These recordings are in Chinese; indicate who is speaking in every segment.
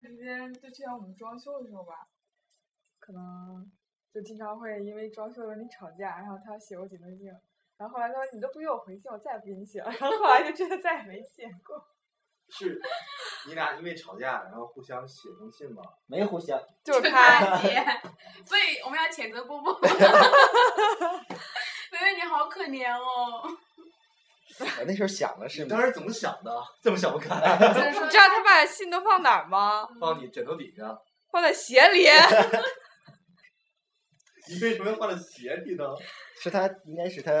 Speaker 1: 之间，就之前我们装修的时候吧，可能就经常会因为装修的问题吵架，然后他写过警备信，然后后来他说你都不给我回信，我再也不给你写了， 然后后来就真的再也没写过。
Speaker 2: 是你俩因为吵架然后互相写封信吗？
Speaker 3: 没互相，
Speaker 1: 就是他，
Speaker 4: 大姐，所以我们要谴责波 波。梅梅你好可怜哦，
Speaker 3: 我那时候想的是
Speaker 2: 你，当时怎么想的？这么想不开，
Speaker 4: 就是
Speaker 1: 你
Speaker 4: 说
Speaker 1: 知道他把信都放哪儿吗？
Speaker 2: 放你枕头底下。
Speaker 1: 放在鞋里。
Speaker 2: 你为什么要放在鞋里呢？
Speaker 3: 是他应该是他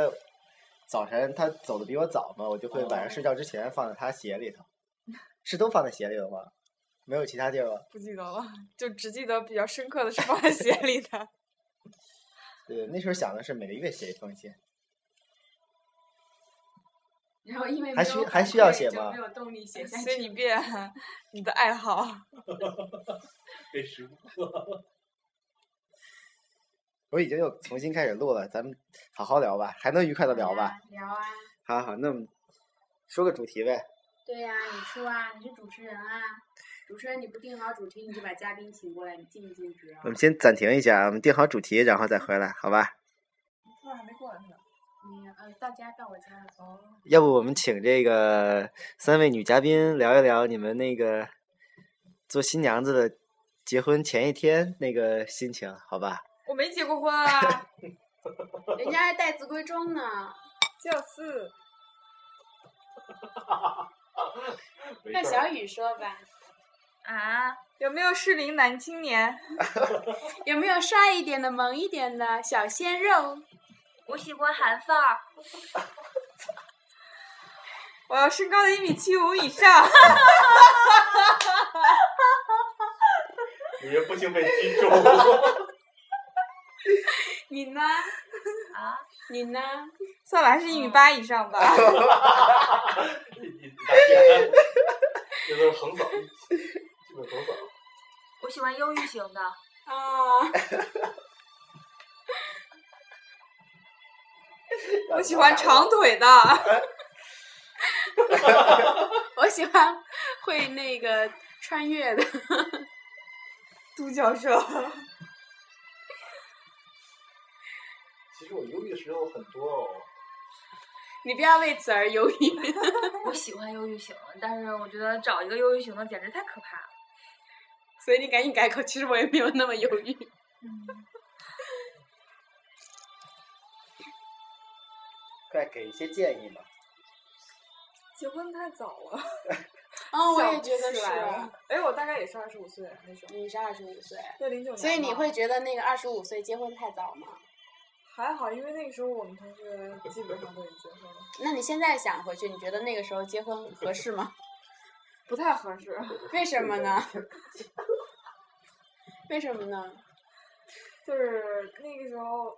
Speaker 3: 早晨他走的比我早嘛，我就会晚
Speaker 2: 哦
Speaker 3: 上睡觉之前放在他鞋里头，是都放在鞋里了吗？没有其他地儿了。
Speaker 1: 不记得了，就只记得比较深刻的是放在鞋里的。
Speaker 3: 对，那时候想的是每个月写一封信，
Speaker 4: 然后因为没有
Speaker 3: 还需
Speaker 4: 反
Speaker 3: 还需要
Speaker 4: 馈
Speaker 3: 写
Speaker 4: 就
Speaker 3: 吗
Speaker 4: 没有动力写下
Speaker 1: 随
Speaker 4: 去。
Speaker 1: 你便，你的爱好。
Speaker 2: 被识破。
Speaker 3: 我已经又重新开始录了，咱们好好聊吧，还能愉快的聊吧？
Speaker 4: 对呀？聊啊，
Speaker 3: 好好，那我们说个主题呗。
Speaker 4: 对呀、你说啊，你是主持人啊，主持人你不定好主题，你就把嘉宾请过来，你尽不尽职啊
Speaker 3: 我？们先暂停一下，我们定好主题，然后再回来，好吧？
Speaker 1: 突然还没过来呢。
Speaker 4: 你呃，到家到我家了。
Speaker 1: 哦，
Speaker 3: 要不我们请这个三位女嘉宾聊一聊你们那个做新娘子的结婚前一天那个心情，好吧？
Speaker 1: 我没结过婚啊，
Speaker 4: 人家还待字闺中呢。
Speaker 1: 就是
Speaker 4: 让小雨说吧，
Speaker 1: 啊，有没有适龄男青年？
Speaker 4: 有没有帅一点的、萌一点的小鲜肉？
Speaker 5: 我喜欢韩范儿，
Speaker 1: 我要身高的一米七五以上。
Speaker 2: 你也不幸被击中。
Speaker 4: 你呢？
Speaker 5: 啊，
Speaker 4: 你呢？
Speaker 1: 算了，还是一米八以上吧。
Speaker 2: 你你大姐，这都是横扫，基本横扫。
Speaker 5: 我喜欢忧郁型的。
Speaker 4: 啊，
Speaker 1: 我喜欢长腿的。
Speaker 4: 我喜欢会那个穿越的。
Speaker 1: 杜教授，
Speaker 2: 其实我忧郁的时候很多哦。
Speaker 4: 你不要为此而犹豫。
Speaker 5: 我喜欢忧郁型的，但是我觉得找一个忧郁型的简直太可怕了。
Speaker 4: 所以你赶紧改口，其实我也没有那么犹豫。
Speaker 3: 快给一些建 议吧。
Speaker 1: 结婚太早 了。
Speaker 4: 哦
Speaker 1: 想不起来了。哎，我大概也是二十五岁那时候，
Speaker 4: 你是二十五岁，
Speaker 1: 对零九年嘛。
Speaker 4: 所以你会觉得那个二十五岁结婚太早吗？
Speaker 1: 还好，因为那个时候我们同学基本上都已经结婚了，
Speaker 4: 那你现在想回去，你觉得那个时候结婚合适吗？
Speaker 1: 不太合适。
Speaker 4: 为什么呢？为什么呢？
Speaker 1: 就是那个时候，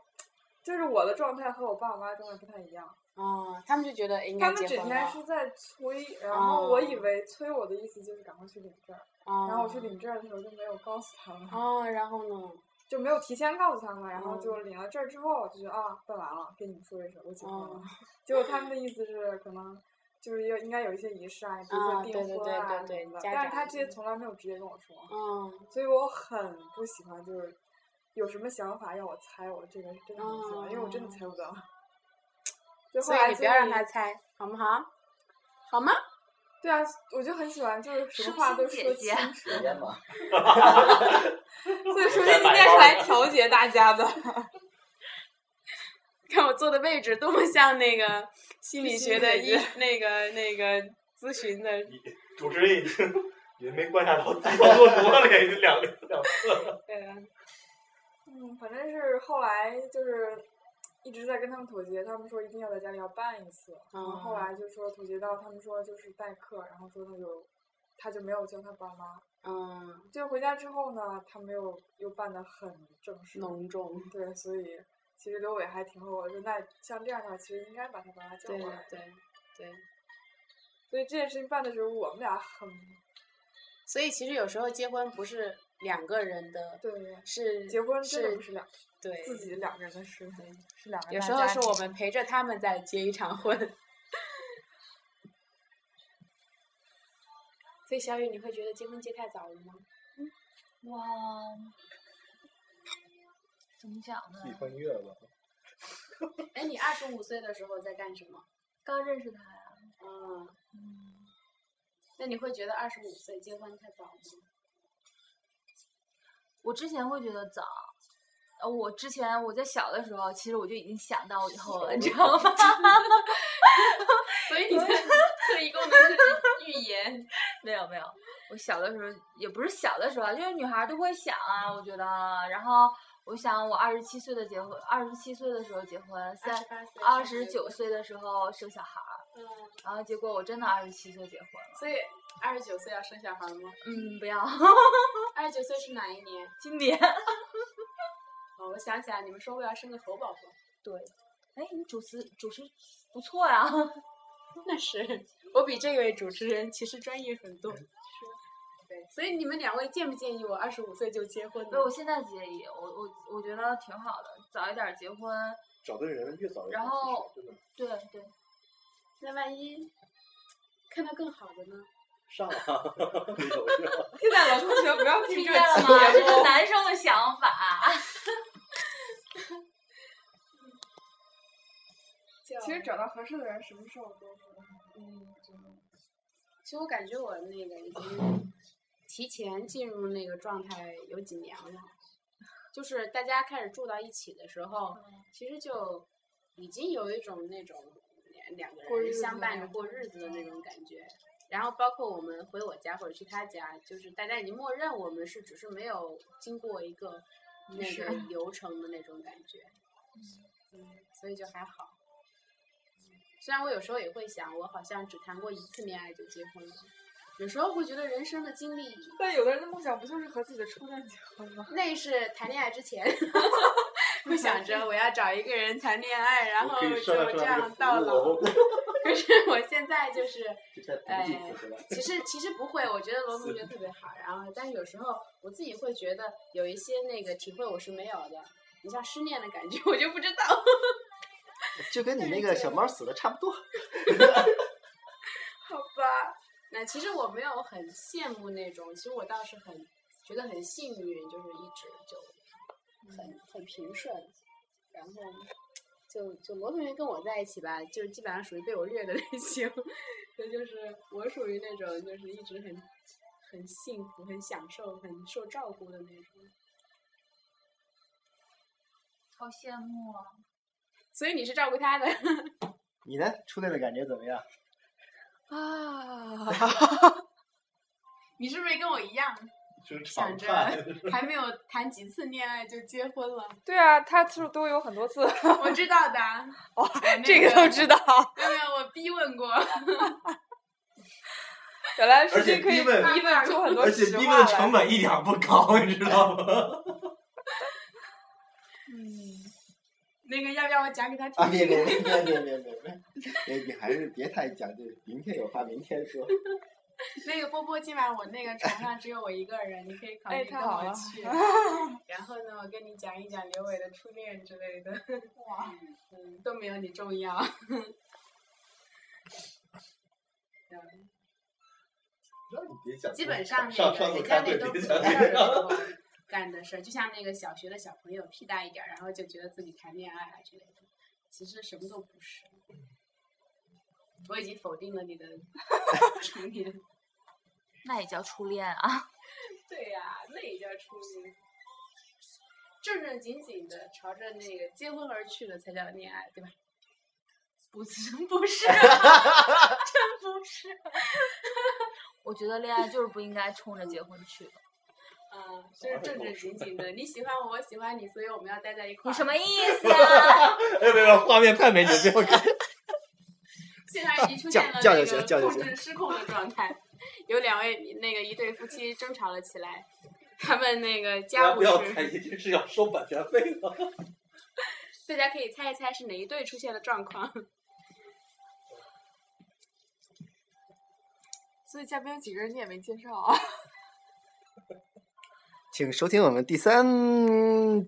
Speaker 1: 就是我的状态和我爸我妈的状态不太一样，
Speaker 4: 哦，他们就觉得哎应
Speaker 1: 他
Speaker 4: 该
Speaker 1: 们
Speaker 4: 结
Speaker 1: 整
Speaker 4: 婚
Speaker 1: 天
Speaker 4: 了。
Speaker 1: 是在催，然后我以为催我的意思就是赶快去领证儿，然后我去
Speaker 4: 哦，
Speaker 1: 领证儿的时候就没有告诉他们，
Speaker 4: 哦，然后呢？
Speaker 1: 就没有提前告诉他们，然后
Speaker 4: 嗯
Speaker 1: 就领了证儿之后就觉得啊办完了，跟你们说一声我结婚了
Speaker 4: 哦，
Speaker 1: 结果他们的意思是可能。就是要应该有一些仪式啊，比如
Speaker 4: 啊
Speaker 1: 说
Speaker 4: 对
Speaker 1: 订
Speaker 4: 对
Speaker 1: 婚
Speaker 4: 对
Speaker 1: 啊
Speaker 4: 对对
Speaker 1: 什么的，
Speaker 4: 家
Speaker 1: 但是
Speaker 4: 长
Speaker 1: 他这些从来没有直接跟我说，
Speaker 4: 嗯，
Speaker 1: 所以我很不喜欢，就是有什么想法要我猜，我这个真的很不喜欢，因为我真的猜不到。就后
Speaker 4: 哦所以
Speaker 1: 来
Speaker 4: 你
Speaker 1: 就
Speaker 4: 不要让
Speaker 1: 是
Speaker 4: 他猜，好不好？好吗？
Speaker 1: 对啊，我就很喜欢，就是什么话都
Speaker 5: 舒心
Speaker 1: 说
Speaker 4: 啊
Speaker 5: 姐姐
Speaker 1: 清楚。
Speaker 3: 吗？
Speaker 1: 所以说，今天是来调节大家的。
Speaker 4: 看我坐的位置多么像那个心理学的
Speaker 1: 心理
Speaker 4: 医那个那个咨询的，
Speaker 2: 你主持人已经也没观察到自己操作 多了，已经两两次了。
Speaker 4: 对啊
Speaker 1: 嗯，反正是后来就是一直在跟他们妥协，他们说一定要在家里要办一次，然后后
Speaker 4: 哦
Speaker 1: 来就说妥协到他们说就是代课，然后说那就他就没有叫他爸妈，
Speaker 4: 嗯，
Speaker 1: 就回家之后呢，他们又又办的很正式，
Speaker 4: 浓重，
Speaker 1: 对，所以其实刘伟还挺和我说，那像这样的话，其实应该把他爸妈叫
Speaker 4: 对
Speaker 1: 过来。
Speaker 4: 对对。
Speaker 1: 所以这件事情办的时候，我们俩很
Speaker 4: 所以其实有时候结婚不是两个人的，
Speaker 1: 对，
Speaker 4: 是
Speaker 1: 结婚真的
Speaker 4: 是
Speaker 1: 不是两
Speaker 4: 对，
Speaker 1: 自己两个人的事，是两个人。
Speaker 4: 有时候是我们陪着他们 在结一场婚。
Speaker 6: 所以小雨，你会觉得结婚结太早了吗？
Speaker 5: 哇，怎么讲呢？
Speaker 2: 翻阅吧。
Speaker 4: 哎，你二十五岁的时候在干什么？
Speaker 5: 刚认识他呀，
Speaker 4: 嗯，
Speaker 5: 嗯，
Speaker 4: 那你会觉得二十五岁结婚太早吗？
Speaker 5: 我之前会觉得早。呃，我之前我在小的时候，其实我就已经想到我以后了，你知道吗？
Speaker 6: 所以 你的特异功能是预言。
Speaker 5: 没有没有，我小的时候也不是小的时候啊，就是女孩儿都会想啊，我觉得。然后我想我二十七岁的结婚，二十七岁的时候结婚，三
Speaker 4: 八岁
Speaker 5: 二十九，岁的时候生小孩儿，
Speaker 4: 嗯，
Speaker 5: 然后结果我真的二十七岁结婚了。
Speaker 4: 所以二十九岁要生小孩吗？
Speaker 5: 嗯，不要，
Speaker 4: 二十九岁是哪一年？
Speaker 5: 今年。
Speaker 4: 哦，我想起来，你们说过要生个猴宝宝，
Speaker 5: 对，哎，你主持主持不错呀、
Speaker 6: 那是，我比这位主持人其实专业很多。
Speaker 4: 对，所以你们两位建不建议我二十五岁就结婚呢
Speaker 5: 所以？我现在介意，我我我觉得挺好的，早一点儿结婚。
Speaker 2: 找对人越早越好
Speaker 5: 然后
Speaker 2: 其实真的
Speaker 5: 对 对，
Speaker 4: 那万一看到更好的呢？
Speaker 2: 上啊，没有 上
Speaker 1: 听到了，同学不要
Speaker 5: 听
Speaker 1: 听这
Speaker 5: 见
Speaker 1: 个节
Speaker 5: 了吗？这是
Speaker 1: 目。
Speaker 5: 男生的想 法。
Speaker 1: 其实找到合适的人，什么时候都是。
Speaker 4: 嗯，对其实我感觉我那个已经提前进入那个状态有几年了，就是大家开始住到一起的时候，
Speaker 1: 嗯
Speaker 4: 其实就已经有一种那种两两个
Speaker 1: 过日
Speaker 4: 人
Speaker 1: 子
Speaker 4: 相
Speaker 1: 的
Speaker 4: 伴
Speaker 1: 那
Speaker 4: 着
Speaker 1: 种
Speaker 4: 过日子的那种感觉。然后包括我们回我家或者去他家，就是大家已经默认我们是只是没有经过一个那
Speaker 5: 式
Speaker 4: 个流程的那种感觉，嗯，所以就还好。虽然我有时候也会想，我好像只谈过一次恋爱就结婚了，有时候会觉得人生的经历，
Speaker 1: 但有的人的梦想不就是和自己的初恋结婚 吗？
Speaker 4: 那是谈恋爱之前， 会想着我要找一个人谈恋爱，然
Speaker 2: 我
Speaker 4: 后
Speaker 2: 可以
Speaker 4: 就
Speaker 2: 商量商
Speaker 4: 这
Speaker 2: 量
Speaker 4: 样
Speaker 2: 这
Speaker 4: 到
Speaker 2: 个服务哦
Speaker 4: 老。
Speaker 2: 我 们
Speaker 4: 可是我现在就是，
Speaker 2: 就再补几
Speaker 4: 哎
Speaker 2: 次回来。
Speaker 4: 其实其实不会，我觉得 罗同学特别好。然后，但是有时候我自己会觉得有一些那个体会我是没有的。你像失恋的感觉，我就不知道。
Speaker 3: 就跟你那个小猫死的差不多。
Speaker 4: 好吧，那其实我没有很羡慕那种，其实我倒是很觉得很幸运，就是一直就很很平顺，然后就就罗同学跟我在一起吧，就是基本上属于被我虐的类型， 所以就是我属于那种就是一直很很幸福、很享受、很受照顾的那种。
Speaker 5: 好羡慕啊！
Speaker 4: 所以你是照顾他的，
Speaker 3: 你呢？初恋的感觉怎么样？
Speaker 6: 啊，
Speaker 4: 你是不是跟我一样，
Speaker 2: 就是
Speaker 4: 想
Speaker 2: 常
Speaker 4: 着
Speaker 2: 态，
Speaker 4: 还没有谈几次恋爱就结婚 了？
Speaker 1: 对啊，他次数都有很多次，
Speaker 4: 我知道的啊，
Speaker 1: 哦
Speaker 4: 我那
Speaker 1: 这个都 知道。
Speaker 4: 没有没有，我逼问过。
Speaker 1: 原来是
Speaker 2: 而且
Speaker 1: 这可以
Speaker 2: 逼问
Speaker 1: 逼问出很多
Speaker 2: 而且
Speaker 1: 实
Speaker 2: 逼
Speaker 1: 话
Speaker 2: 问
Speaker 1: 来。
Speaker 2: 成本一点儿不高，你知道吗？
Speaker 4: 那个要不要我讲给他听？
Speaker 3: 啊，别别别别别别别 别，别你还是别太讲究，明天有话明天说。
Speaker 4: 那个波波今晚我那个床上只有我一个人，你可以考
Speaker 1: 哎
Speaker 4: 虑
Speaker 1: 太
Speaker 4: 跟
Speaker 1: 好
Speaker 4: 我
Speaker 1: 了
Speaker 4: 去。然后呢，我跟你讲一讲刘伟的初恋之类 的。哇，嗯，都没有你重要。嗯
Speaker 2: 让 你别讲
Speaker 4: 基本上那
Speaker 2: 上
Speaker 4: 个
Speaker 2: 上次
Speaker 4: 人家
Speaker 2: 开
Speaker 4: 那
Speaker 2: 会
Speaker 4: 都不
Speaker 2: 别
Speaker 4: 是事
Speaker 2: 讲
Speaker 4: 儿的 时候干的事儿，就像那个小学的小朋友屁大一点儿，然后就觉得自己谈恋爱啊之类的，其实什么都不是。我已经否定了你的 初恋。
Speaker 5: 那也叫初恋啊！
Speaker 4: 对呀、那也叫初心。正正经经的朝着那个结婚而去的才叫恋爱，对吧？
Speaker 5: 不 是不是，真
Speaker 4: 啊
Speaker 5: 不是。我觉得恋爱就是不应该冲着结婚去的。
Speaker 4: 嗯，
Speaker 2: 啊
Speaker 4: 就是正正经经的。你喜欢我，我喜欢你，所以我们要待在一块
Speaker 5: 你
Speaker 4: 儿。
Speaker 5: 什么意思啊？
Speaker 3: 哎，别别，画面 太美，你不要看。
Speaker 4: 现在已经出现了
Speaker 3: 啊叫
Speaker 4: 那
Speaker 3: 叫就行
Speaker 4: 个
Speaker 3: 叫就
Speaker 4: 控
Speaker 3: 行
Speaker 4: 制失控的状态。有两位那个一对夫妻争吵了起来，他们那个
Speaker 2: 大
Speaker 4: 家
Speaker 2: 家
Speaker 4: 务
Speaker 2: 不要猜
Speaker 4: 事，
Speaker 2: 疑，这是要收版权费的。
Speaker 4: 大家可以猜一猜是哪一对出现了状况。
Speaker 1: 所以嘉宾有几个人你也没介绍啊？
Speaker 3: 请收听我们第三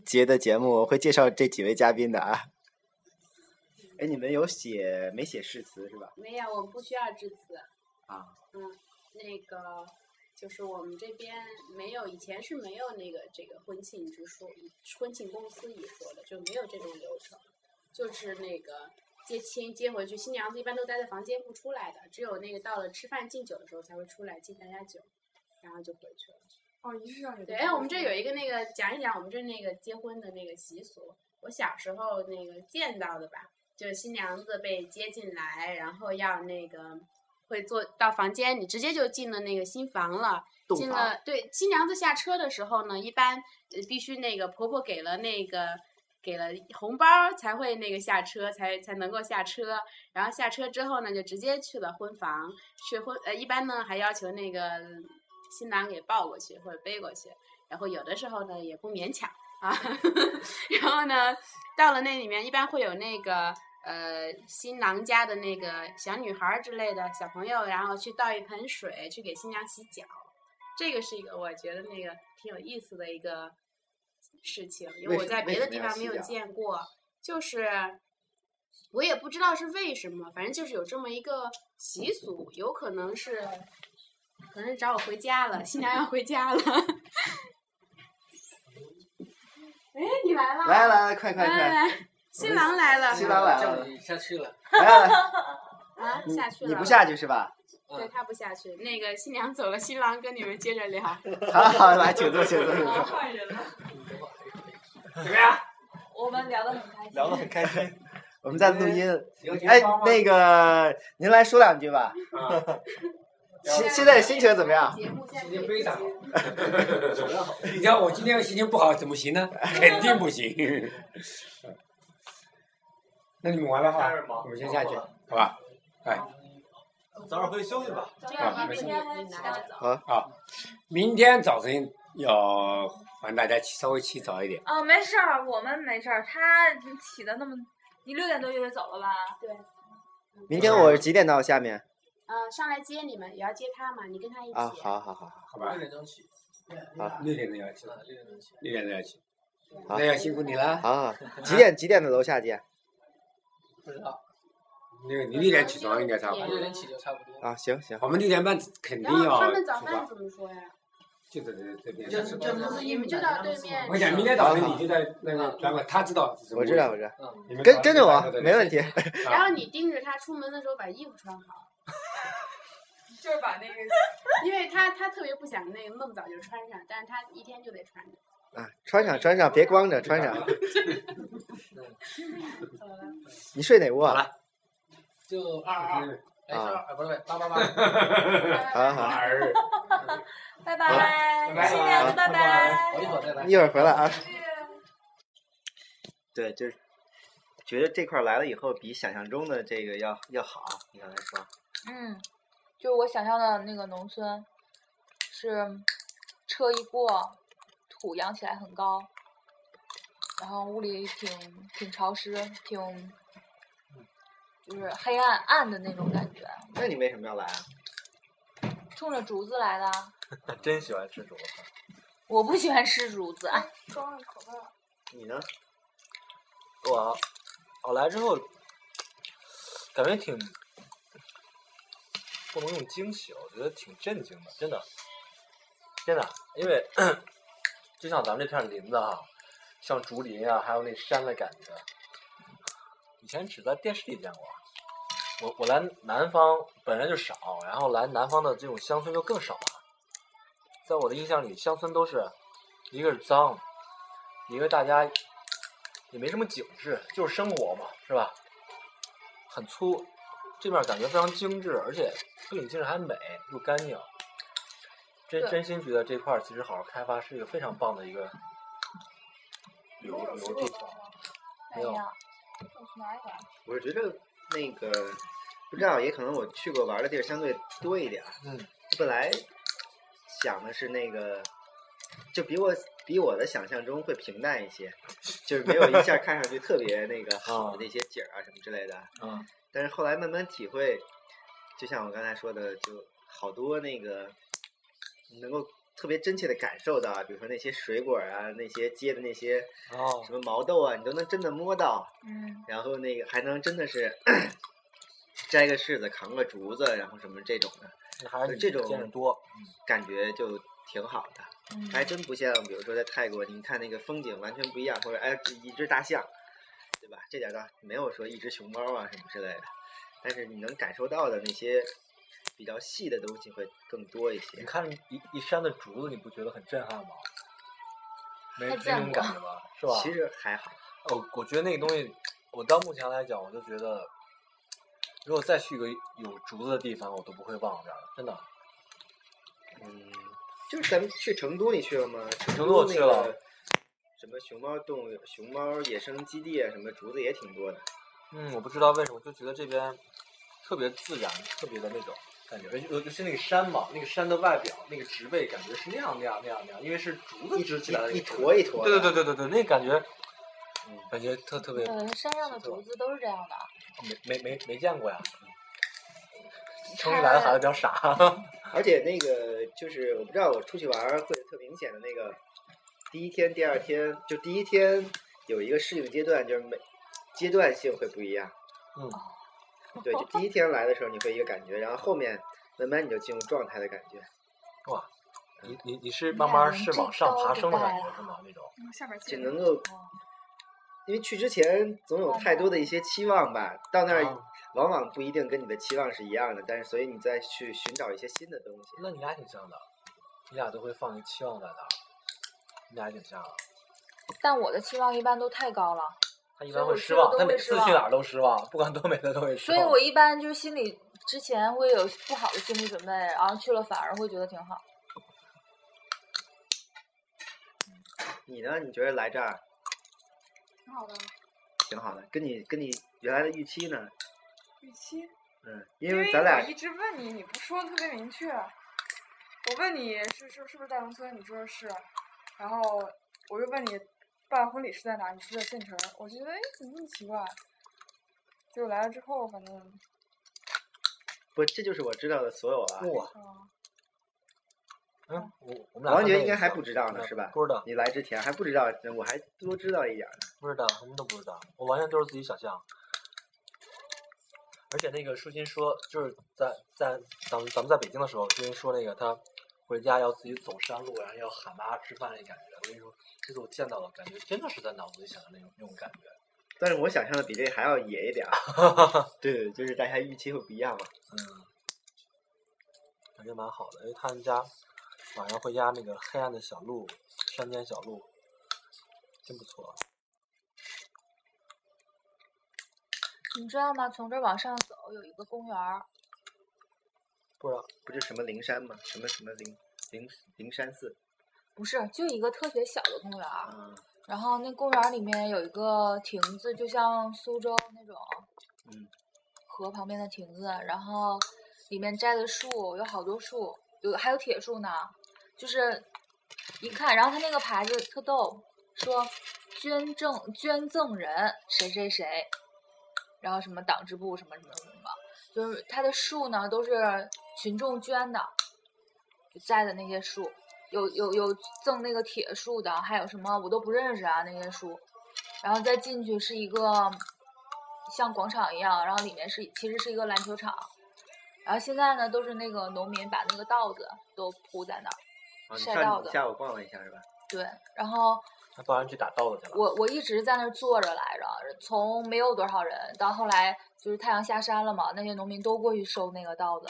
Speaker 3: 节的节目，我会介绍这几位嘉宾的啊。哎，你们有写没写誓词是吧？
Speaker 4: 没有，我们不需要致辞。
Speaker 3: 啊，
Speaker 4: 嗯，那个就是我们这边没有，以前是没有那个这个婚庆之说，婚庆公司一说的，就没有这种流程，就是那个接亲接回去，新娘子一般都待在房间不出来的，只有那个到了吃饭敬酒的时候才会出来敬大家酒，然后就回去了。
Speaker 1: 哦，仪式上有
Speaker 4: 对，哎，我们这儿有一个那个讲一讲我们这儿那个结婚的那个习俗，我小时候那个见到的吧，就是新娘子被接进来，然后要那个会坐到房间，你直接就进了那个新房了。
Speaker 3: 洞
Speaker 4: 进
Speaker 3: 房
Speaker 4: 了对新娘子下车的时候呢，一般呃必须那个婆婆给了那个给了红包儿才会那个下车，才才能够下车。然后下车之后呢，就直接去了婚房，去婚呃一般呢还要求那个新郎给抱过去或者背过去，然后有的时候呢也不勉强啊。然后呢，到了那里面一般会有那个。呃，新郎家的那个小女孩儿之类的小朋友，然后去倒一盆水，去给新娘洗脚，这个是一个我觉得那个挺有意思的一个事情，因为
Speaker 3: 为
Speaker 4: 我
Speaker 3: 什
Speaker 4: 在别
Speaker 3: 为什
Speaker 4: 的
Speaker 3: 么
Speaker 4: 地
Speaker 3: 要
Speaker 4: 方没
Speaker 3: 洗
Speaker 4: 有
Speaker 3: 脚
Speaker 4: 见过，就是我也不知道是为什么，反正就是有这么一个习俗，有可能是可能是找我回家了，新娘要回家了。哎，你来啦！
Speaker 3: 来来来，快快
Speaker 4: 来
Speaker 3: 快，
Speaker 4: 来来，新郎来了
Speaker 3: 新郎来了
Speaker 2: 叫你下去了，
Speaker 3: 来来来，
Speaker 4: 啊，
Speaker 3: 你
Speaker 4: 下去了。
Speaker 3: 你不？下去是 吧？
Speaker 4: 对
Speaker 2: 嗯，
Speaker 4: 他不下去，那个新娘走了，新郎跟你们接着聊。
Speaker 3: 好好，来，请坐，请坐，请坐。
Speaker 5: 换人了，
Speaker 2: 你等会儿怎么样？
Speaker 5: 我们聊得很开心，
Speaker 3: 聊得很开心。我们在录音，
Speaker 2: 有钱
Speaker 3: 哎
Speaker 2: 花吗，
Speaker 3: 那个您来说两句吧。
Speaker 2: 啊，
Speaker 3: 现现在心情怎么样？
Speaker 4: 节目现在
Speaker 2: 心情
Speaker 4: 可
Speaker 2: 非
Speaker 4: 以
Speaker 2: 常
Speaker 4: 自己
Speaker 7: 你看我今天心情不好，怎么行呢？ 肯定不行。那你们玩吧
Speaker 2: 待
Speaker 7: 哈
Speaker 2: 会儿忙，
Speaker 7: 我们先下去，
Speaker 2: 忙
Speaker 7: 好吧？
Speaker 2: 哎早点回去休息吧。
Speaker 5: 这
Speaker 7: 样
Speaker 5: 样
Speaker 7: 吧
Speaker 5: 明
Speaker 7: 明
Speaker 5: 天
Speaker 4: 天
Speaker 5: 还
Speaker 4: 还
Speaker 5: 有
Speaker 4: 有
Speaker 5: 其
Speaker 4: 其
Speaker 5: 他
Speaker 4: 他
Speaker 5: 的
Speaker 4: 的
Speaker 5: 早。
Speaker 7: 明天早晨要还大家起稍微起早一点，
Speaker 5: 哦，没事儿，我们没事儿。他起的那么，你六点多就得走了吧？
Speaker 3: 明天我几点到下面？
Speaker 4: 呃，上来接你们，也要接他嘛，你跟他一起。
Speaker 3: 啊，好好好好
Speaker 7: 好
Speaker 2: 六
Speaker 7: 吧？
Speaker 2: 点钟起，
Speaker 3: 好
Speaker 7: 六点钟要起，
Speaker 2: 啊六点钟起。
Speaker 7: 六点钟要起，
Speaker 3: 好
Speaker 7: 那要哎辛苦你了。
Speaker 3: 好，好几点几点的楼下见？
Speaker 2: 不知道，
Speaker 7: 六你六点起床应该差不
Speaker 2: 反
Speaker 7: 多
Speaker 2: 正，点起就差不多。
Speaker 3: 啊，行行，
Speaker 7: 我们六点半肯
Speaker 4: 然
Speaker 7: 定
Speaker 4: 后
Speaker 7: 要
Speaker 4: 他们
Speaker 7: 出
Speaker 4: 早饭
Speaker 7: 发，啊
Speaker 4: 怎么说呀？
Speaker 7: 就在这这边。
Speaker 2: 就是就
Speaker 4: 就是是你们就到对面
Speaker 7: 我想明天早晨 你就在那个专门，他知道是什么
Speaker 3: 我
Speaker 7: 位置。
Speaker 3: 知道我知道，
Speaker 7: 你们
Speaker 3: 跟
Speaker 7: 早上
Speaker 3: 跟着
Speaker 7: 就
Speaker 3: 我
Speaker 7: 搬到这里
Speaker 3: 没问题。
Speaker 7: 啊
Speaker 4: 然后你盯着他出门的时候把衣服穿好，
Speaker 1: 就是把那个
Speaker 4: 因为他他特别不想那个那么早就穿上，但是他一天就得穿着。
Speaker 3: 啊，穿上穿上，别光着穿上。
Speaker 4: 怎么了？
Speaker 3: 你睡哪屋
Speaker 7: 好
Speaker 3: 啊？
Speaker 7: 了，
Speaker 2: 就二二，哎，二二，不是八八 八，
Speaker 3: 好好，
Speaker 7: 马儿。
Speaker 5: 拜拜，
Speaker 2: 拜
Speaker 5: 新娘子，
Speaker 2: 拜
Speaker 5: 拜拜。
Speaker 2: 我一会儿再来
Speaker 3: 一。会儿回来啊。对，就是觉得这块儿来了以后，比想象中的这个要要好。你刚才说，
Speaker 5: 嗯，就是我想象的那个农村，是车一过，土扬起来很高，然后屋里挺挺潮湿，挺就是黑暗暗的那种感觉，
Speaker 3: 那你为什么要来啊？
Speaker 5: 冲着竹子来的。
Speaker 3: 真喜欢吃竹子。
Speaker 5: 我不喜欢吃竹子，哎
Speaker 1: 装了可乐，
Speaker 3: 你呢？我我来之后，感觉挺不能用惊喜，我觉得挺震惊的，真的，真的，因为 就像咱们这片林子哈、像竹林啊，还有那山的感觉，以前只在电视里见过。我我来南方本来就少，然后来南方的这种乡村就更少了。在我的印象里，乡村都是一个是脏，一个大家也没什么景致，就是生活嘛，是吧？很粗，这面感觉非常精致，而且不仅精致还美又干净。真
Speaker 5: 对
Speaker 3: 真心觉得这块儿其实好好开发是一个非常棒的一个旅游旅游地方。没有
Speaker 5: 哎呀，我去拿一把。
Speaker 3: 我觉得那个不知道，也可能我去过玩的地儿相对多一点。
Speaker 2: 嗯，
Speaker 3: 本来想的是那个，就比我比我的想象中会平淡一些，就是没有一下看上去特别那 个好的那些景儿啊什么之类的。
Speaker 2: 嗯，
Speaker 3: 但是后来慢慢体会，就像我刚才说的，就好多那个能够特别真切的感受到，比如说那些水果啊，那些结的那些
Speaker 2: 哦，
Speaker 3: 什么毛豆啊，你都能真的摸到。
Speaker 5: 嗯，
Speaker 3: 然后那个还能真的是摘个柿子、扛个竹子，然后什么这种的，还是
Speaker 8: 就
Speaker 3: 你
Speaker 8: 这种
Speaker 3: 见的多。
Speaker 8: 感觉就挺好的，
Speaker 5: 嗯
Speaker 8: 还真不像比如说在泰国，你看那个风景完全不一样，或者哎一只大象，对吧？这点倒没有说一只熊猫啊什么之类的，但是你能感受到的那些比较细的东西会更多一
Speaker 3: 你
Speaker 8: 些。
Speaker 3: 看一一山的竹子，你不觉得很震撼吗？没
Speaker 5: 太
Speaker 3: 没
Speaker 5: 震
Speaker 3: 那种感觉 吧，是吧？
Speaker 8: 其实还好，
Speaker 3: 哦，我觉得那个东西，我到目前来讲，我就觉得，如果再去一个有竹子的地方，我都不会忘这儿，真的。
Speaker 8: 嗯，就是咱们去成都，你去了吗？
Speaker 3: 成
Speaker 8: 成
Speaker 3: 都我
Speaker 8: 那
Speaker 3: 去了
Speaker 8: 个什么熊猫动物、熊猫野生基地啊，什么竹子也挺多的。
Speaker 3: 嗯，我不知道为什么，就觉得这边特别自然，特别的那种感觉，尤其尤其是那个山嘛，那个山的外表，那个植被感觉是那样那样那样那样，因为是竹子支起来的
Speaker 8: 一
Speaker 3: 那
Speaker 8: 一
Speaker 3: 个植
Speaker 8: 坨
Speaker 3: 被
Speaker 8: 一坨
Speaker 3: 对
Speaker 8: 的
Speaker 3: 对对对对对，那感觉
Speaker 8: 嗯，
Speaker 3: 感觉特特别，
Speaker 5: 呃，山上的
Speaker 3: 是吧
Speaker 5: 竹子都是这样的。
Speaker 3: 没没没没见过呀。城里来的孩子比较傻，
Speaker 8: 而且那个就是我不知道，我出去玩儿会有特明显的那个，第一天、第二天，就第一天有一个适应阶段，就是每阶段性会不一样。
Speaker 3: 嗯，
Speaker 8: 对，就第一天来的时候你会一个感觉，然后后面慢慢你就进入状态的感觉。
Speaker 3: 你你你是慢慢是往上爬升的感
Speaker 5: 你俩人真高
Speaker 3: 觉
Speaker 5: 的
Speaker 3: 是吗？那种
Speaker 1: 嗯下边
Speaker 8: 只
Speaker 1: 见
Speaker 8: 能够，因为去之前总有太多的一些期望吧，到那儿
Speaker 3: 啊
Speaker 8: 往往不一定跟你的期望是一样的，但是所以你再去寻找一些新的东西。
Speaker 3: 那你俩挺像的，你俩都会放一个期望在那儿，你俩挺像的。
Speaker 5: 但我的期望一般都太高了，
Speaker 3: 他一
Speaker 5: 所
Speaker 3: 般
Speaker 5: 以我
Speaker 3: 会
Speaker 5: 觉
Speaker 3: 失
Speaker 5: 得
Speaker 3: 望，
Speaker 5: 都
Speaker 3: 他
Speaker 5: 会
Speaker 3: 每
Speaker 5: 失
Speaker 3: 次去
Speaker 5: 望
Speaker 3: 哪儿都失望，不管多美的都会失
Speaker 5: 所
Speaker 3: 望。
Speaker 5: 以我一般就是心里之前会有不好的心理准备，然后去了反而会觉得挺好。
Speaker 8: 你呢？你觉得来这儿
Speaker 1: 挺好的。
Speaker 8: 挺好的，跟你跟你原来的预期呢？
Speaker 1: 预期，
Speaker 8: 嗯，
Speaker 1: 因
Speaker 8: 因为咱俩
Speaker 1: 我一直问你，你不说的特别明确。啊我问你是是是不是在农村，你说是，然后我又问你办婚礼是在哪儿，你说在县城。我就觉得哎，怎么那么奇怪？结果来了之后，反正
Speaker 8: 不，这就是我知道的所有啊。
Speaker 3: 哇，
Speaker 1: 嗯，
Speaker 3: 嗯，我我们俩
Speaker 8: 王
Speaker 3: 分
Speaker 8: 觉
Speaker 3: 类
Speaker 8: 应该
Speaker 3: 一
Speaker 8: 还
Speaker 3: 下
Speaker 8: 不知道呢
Speaker 3: 嗯
Speaker 8: 是吧
Speaker 3: 不知道，
Speaker 8: 你来之前还不知道，我还多知道一点儿呢。
Speaker 3: 不知道，什么都不知道，我完全都是自己想象。而且那个舒心说，就是在在咱们咱们在北京的时候，舒心说那个他回家要自己走山路，然后要喊妈吃饭那感觉，我跟你说，这次我见到了，感觉真的是在脑子里想的那种那种感觉。
Speaker 8: 但是我想象的比这还要野一点儿。对，就是大家预期会不一样嘛。
Speaker 3: 嗯，感觉蛮好的，因为他们家晚上回家那个黑暗的小路，山间小路，真不错。
Speaker 5: 你知道吗？从这儿往上走有一个公园儿，
Speaker 3: 不知道，
Speaker 8: 不是什么灵山嘛，什么什么灵灵灵山寺
Speaker 5: 不是，就一个特别小的公园儿。
Speaker 3: 嗯
Speaker 8: 啊，
Speaker 5: 然后那公园儿里面有一个亭子，就像苏州那种，
Speaker 8: 嗯，
Speaker 5: 河旁边的亭子，然后里面摘的树有好多树，有还有铁树呢，就是一看，然后他那个牌子特逗，说捐赠捐赠人谁谁谁，然后什么党支部什么什么什么什么，就是它的树呢都是群众捐的，就摘的那些树，有有有赠那个铁树的，还有什么我都不认识啊那些树，然后再进去是一个像广场一样，然后里面是其实是一个篮球场，然后现在呢都是那个农民把那个稻子都铺在那儿，
Speaker 8: 啊，你
Speaker 5: 晒
Speaker 8: 上
Speaker 5: 稻
Speaker 8: 你
Speaker 5: 子
Speaker 8: 下午逛了一下是吧？
Speaker 5: 对，然后
Speaker 3: 他早上去打稻子去了。
Speaker 5: 我我一直在那儿坐着来着，从没有多少人到后来就是太阳下山了嘛，那些农民都过去收那个稻子，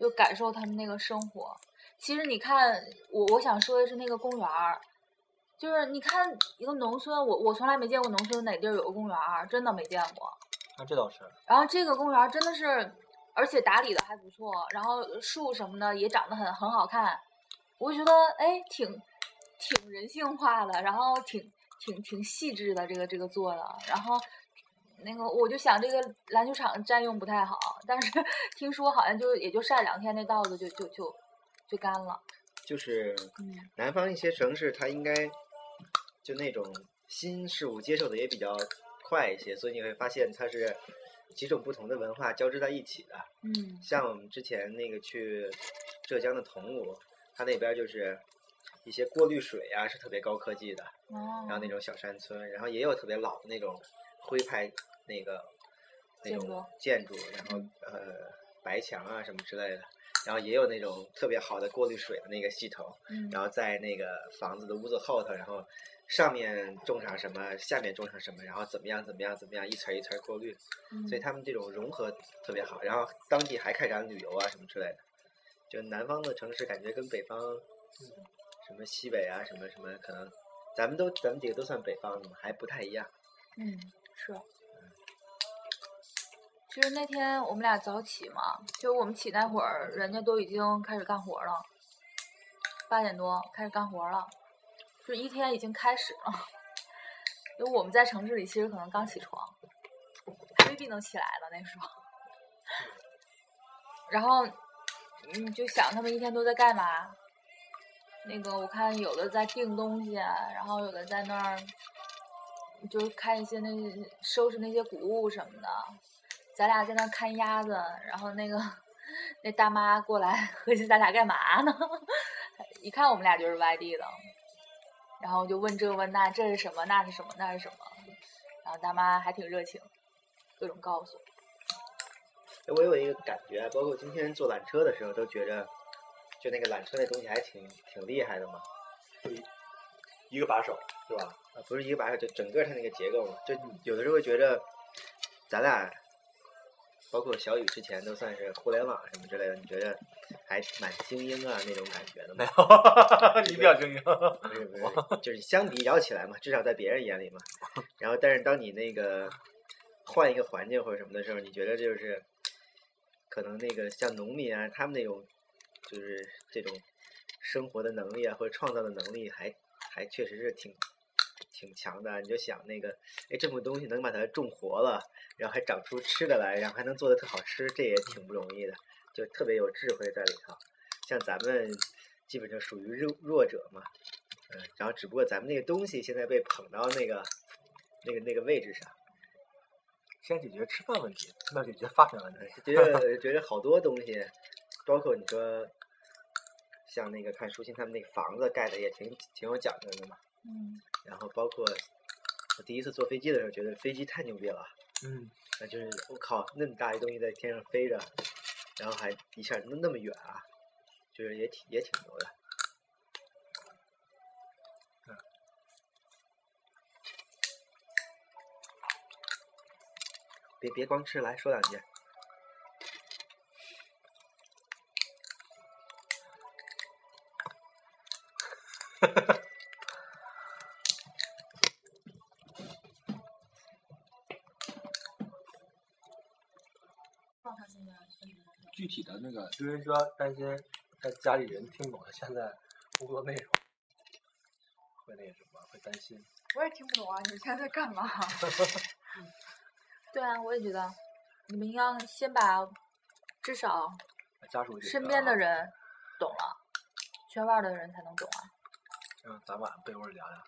Speaker 5: 就感受他们那个生活。其实你看，我我想说的是那个公园儿，就是你看一个农村，我我从来没见过农村哪地儿有个公园儿，真的没见过。
Speaker 3: 那这倒是，
Speaker 5: 然后这个公园儿真的是，而且打理的还不错，然后树什么的也长得很很好看，我就觉得哎挺挺人性化的，然后挺挺挺细致的这个这个做的，然后那个我就想这个篮球场占用不太好，但是 听说好像就也就晒两天那稻子就就就就干了，
Speaker 8: 就是
Speaker 5: 嗯
Speaker 8: 南方一些城市，它应该就那种新事物接受的也比较快一些，所以你会发现它是几种不同的文化交织在一起的。
Speaker 5: 嗯
Speaker 8: 像我们之前那个去浙江的桐庐，它那边儿就是一些过滤水啊是特别高科技的，嗯然后
Speaker 5: 哦
Speaker 8: 那种小山村，然后也有特别老的那种徽派那个那
Speaker 5: 建
Speaker 8: 种
Speaker 5: 筑
Speaker 8: 建筑，然后呃白墙啊什么之类的，然后也有那种特别好的过滤水的那个系统，
Speaker 5: 嗯
Speaker 8: 然后在那个房子的屋子后头，然后上面种上什么，下面种上什么，然后怎么样怎么样怎么样，一层一层过滤，
Speaker 5: 嗯
Speaker 8: 所以他们这种融合特别好。然后当地还开展旅游啊什么之类的，就南方的城市感觉跟北方，什么西北啊什么什么，可能咱们都咱们几个都算北方的嘛，还不太一样。
Speaker 5: 嗯，是。其实那天我们俩早起嘛，就是我们起那会儿，人家都已经开始干活了，八点多开始干活了，就一天已经开始了。因为我们在城市里，其实可能刚起床，还未必能起来了那时候。然后你就想他们一天都在干嘛？那个我看有的在订东西，啊然后有的在那儿就是看一些那些收拾那些谷物什么的。咱俩在那儿看鸭子，然后那个那大妈过来， 合计咱俩干嘛呢？ 一看我们俩就是外地的，然后就问这问那，这是什么？那是什么？那是什么？然后大妈还挺热情，各种告诉。
Speaker 8: 哎我有一个感觉，包括今天坐缆车的时候，都觉着就那个缆车那东西还挺挺厉害的嘛。
Speaker 2: 一个把手是吧？嗯
Speaker 8: 啊，不是一个把手，就整个它那个结构嘛，就有的时候会觉着，咱俩，包括小雨之前都算是互联网什么之类的，你觉着还蛮精英啊那种感觉的嘛？
Speaker 3: 你比较精英。
Speaker 8: 不是不是， 就是相比较起来嘛，至少在别人眼里嘛。然后，但是当你那个换一个环境或者什么的时候，你觉得就是可能那个像农民啊，他们那种就是这种生活的能力啊，或者创造的能力还，还确实是挺挺强的。你就想那个，哎，这么东西能把它种活了，然后还长出吃的来，然后还能做的特好吃，这也挺不容易的，就特别有智慧在里头。像咱们基本就属于弱弱者嘛，嗯，然后只不过咱们那个东西现在被捧到那个那个那个位置上，
Speaker 3: 先解决吃饭问题，再解决发展问题。
Speaker 8: 觉 得觉得好多东西，包括你说像那个看舒心他们那个房子盖的也挺挺有讲究的嘛，
Speaker 5: 嗯，
Speaker 8: 然后包括我第一次坐飞机的时候，觉得飞机太牛逼了，
Speaker 3: 嗯，
Speaker 8: 那就是我靠那么大一东西在天上飞着，然后还一下那那么远啊，就是也挺也挺牛的。别别光吃，来说两句。
Speaker 3: 具体的那个，因为说担心在家里人听懂了现在工作内容，会那什么，会担心。
Speaker 1: 我也听不懂啊，你们现在在干嘛？
Speaker 5: 对啊，我也觉得，你们应该先把至少
Speaker 3: 家属解决
Speaker 5: 身边的
Speaker 3: 啊，
Speaker 5: 人懂了，圈外的人才能懂啊。
Speaker 3: 嗯，咱晚上被窝里聊聊，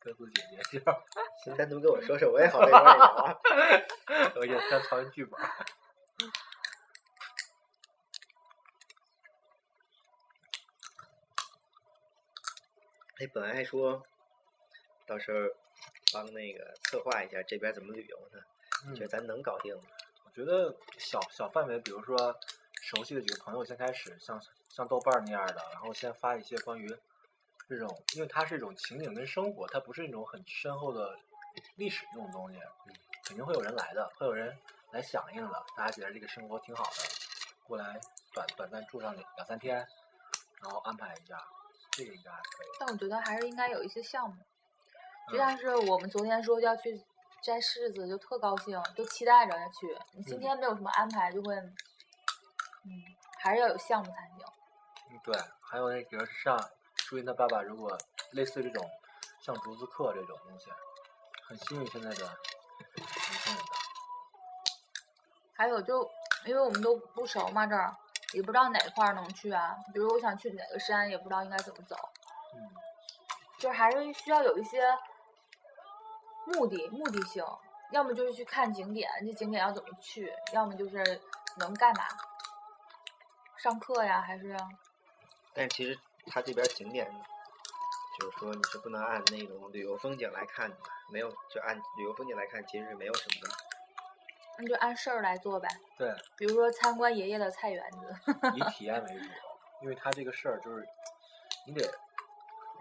Speaker 3: 各自解决一下。
Speaker 8: 行，单独啊跟我说说，我也好累，我也有啊。
Speaker 3: 我也先抄完剧本儿。
Speaker 8: 哎，本来还说到时候帮那个策划一下这边怎么旅游呢，
Speaker 3: 嗯
Speaker 8: 觉得咱能搞定吗？
Speaker 3: 我觉得小小范围，比如说熟悉的几个朋友先开始，像像豆瓣儿那样的，然后先发一些关于这种，因为它是一种情景跟生活，它不是那种很深厚的历史这种东西，肯定会有人来的，会有人来响应的。大家觉得这个生活挺好的，过来短短暂住上两两三天，然后安排一下，这个应该还可以。
Speaker 5: 但我觉得还是应该有一些项目，就
Speaker 3: 嗯
Speaker 5: 像是我们昨天说要去摘柿子，就特高兴，都期待着要去。你今
Speaker 3: 嗯
Speaker 5: 天没有什么安排，就会，嗯，还是要有项目才行。
Speaker 3: 嗯，对，还有那比如像朱茵他爸爸，如果类似这种像竹子客这种东西，很吸引现在的年轻人的。
Speaker 5: 还有就因为我们都不熟嘛，这儿也不知道哪块儿能去啊。比如我想去哪个山，也不知道应该怎么走，
Speaker 3: 嗯，
Speaker 5: 就是还是需要有一些目的目的性，要么就是去看景点，这景点要怎么去，要么就是能干嘛，上课呀，还是
Speaker 8: 但其实它这边景点，就是说你是不能按那种旅游风景来看的，没有就按旅游风景来看，其实是没有什么的。
Speaker 5: 那就按事儿来做呗。
Speaker 3: 对，
Speaker 5: 比如说参观爷爷的菜园子，
Speaker 3: 以体验为主，因为他这个事儿就是你得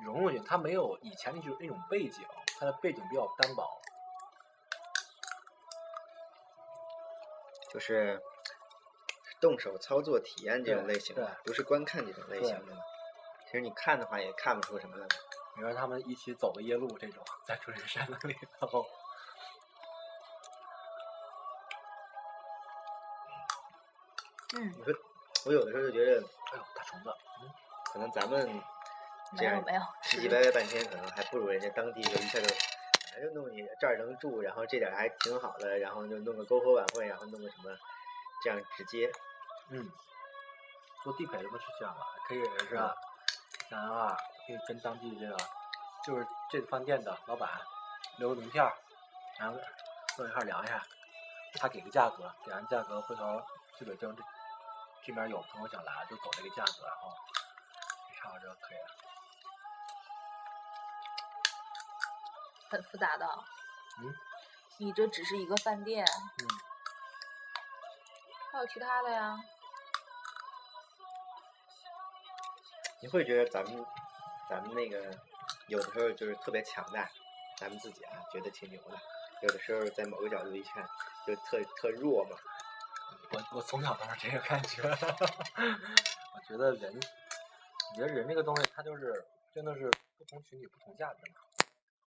Speaker 3: 融入进去，他没有以前那种那种背景，他的背景比较单薄。
Speaker 8: 就是动手操作体验这种类型
Speaker 3: 对
Speaker 8: 的，不是观看这种类型的。其实你看的话也看不出什么来。
Speaker 3: 比如说他们一起走个夜路这种，在竹林山里，然后
Speaker 8: 你说，我有的时候就觉得，
Speaker 3: 哎呦大虫子，
Speaker 8: 可能咱们这
Speaker 5: 没有
Speaker 8: 样
Speaker 5: 没有，
Speaker 8: 唧唧歪歪半天，可能还不如人家当地就一下就，哎，就弄你这儿能住，然后这点儿还挺好的，然后就弄个篝火晚会，然后弄个什么，这样直接
Speaker 3: 嗯，做地陪的不是这样吧？可以是吧？然后啊，可以跟当地这个就是这个饭店的老板留个名片儿，然后坐一块儿聊一下，他给个价格，给完价格回头去北京这这边有朋友想来就走这个价格，然后差不多就可以了。
Speaker 5: 很复杂的。啊
Speaker 3: 嗯。
Speaker 5: 你这只是一个饭店，
Speaker 3: 嗯，
Speaker 5: 还有其他的呀？
Speaker 8: 你会觉得咱们咱们那个有的时候就是特别强大，咱们自己啊觉得挺牛的，有的时候在某个角度一看就特特弱嘛。
Speaker 3: 我我从小都是这个感觉。 我觉得人，我觉得人这个东西，它就是真的是不同群体不同价值嘛。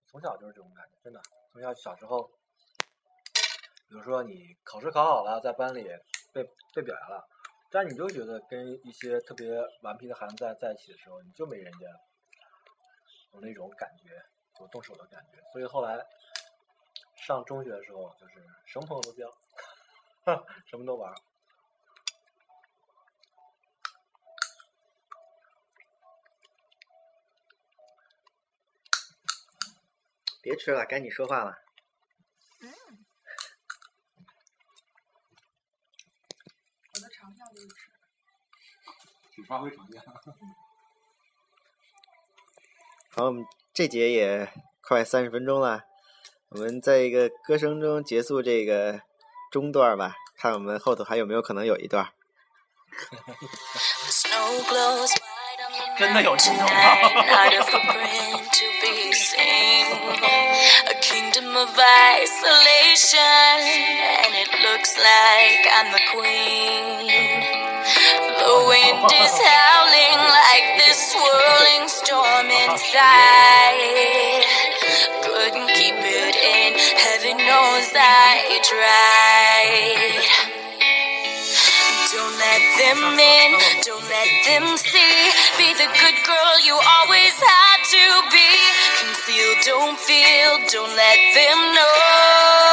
Speaker 3: 从小就是这种感觉，真的。从小小时候，比如说你考试考好了，在班里被被表扬了，但你就觉得跟一些特别顽皮的孩子在在一起的时候，你就没人家有那种感觉，有动手的感觉。所以后来上中学的时候，就是什么朋友都交。什么都玩儿。
Speaker 8: 别吃了，该你说话了。
Speaker 1: 我的长项就是吃。
Speaker 7: 请发挥长项。
Speaker 8: 好，我们这节也快三十分钟了，我们在一个歌声中结束这个中段儿吧，看我们后头还有没有可能有一段儿。
Speaker 9: 真的有这 种吗？A kingdom of isolation, and it looks like I'm the queen. The wind is howling like this swirling storm inside. Couldn't keep it in, heaven knows I tried. Don't let them in, don't let them see. Be the good girl you always had to be. Conceal, don't feel, don't let them know.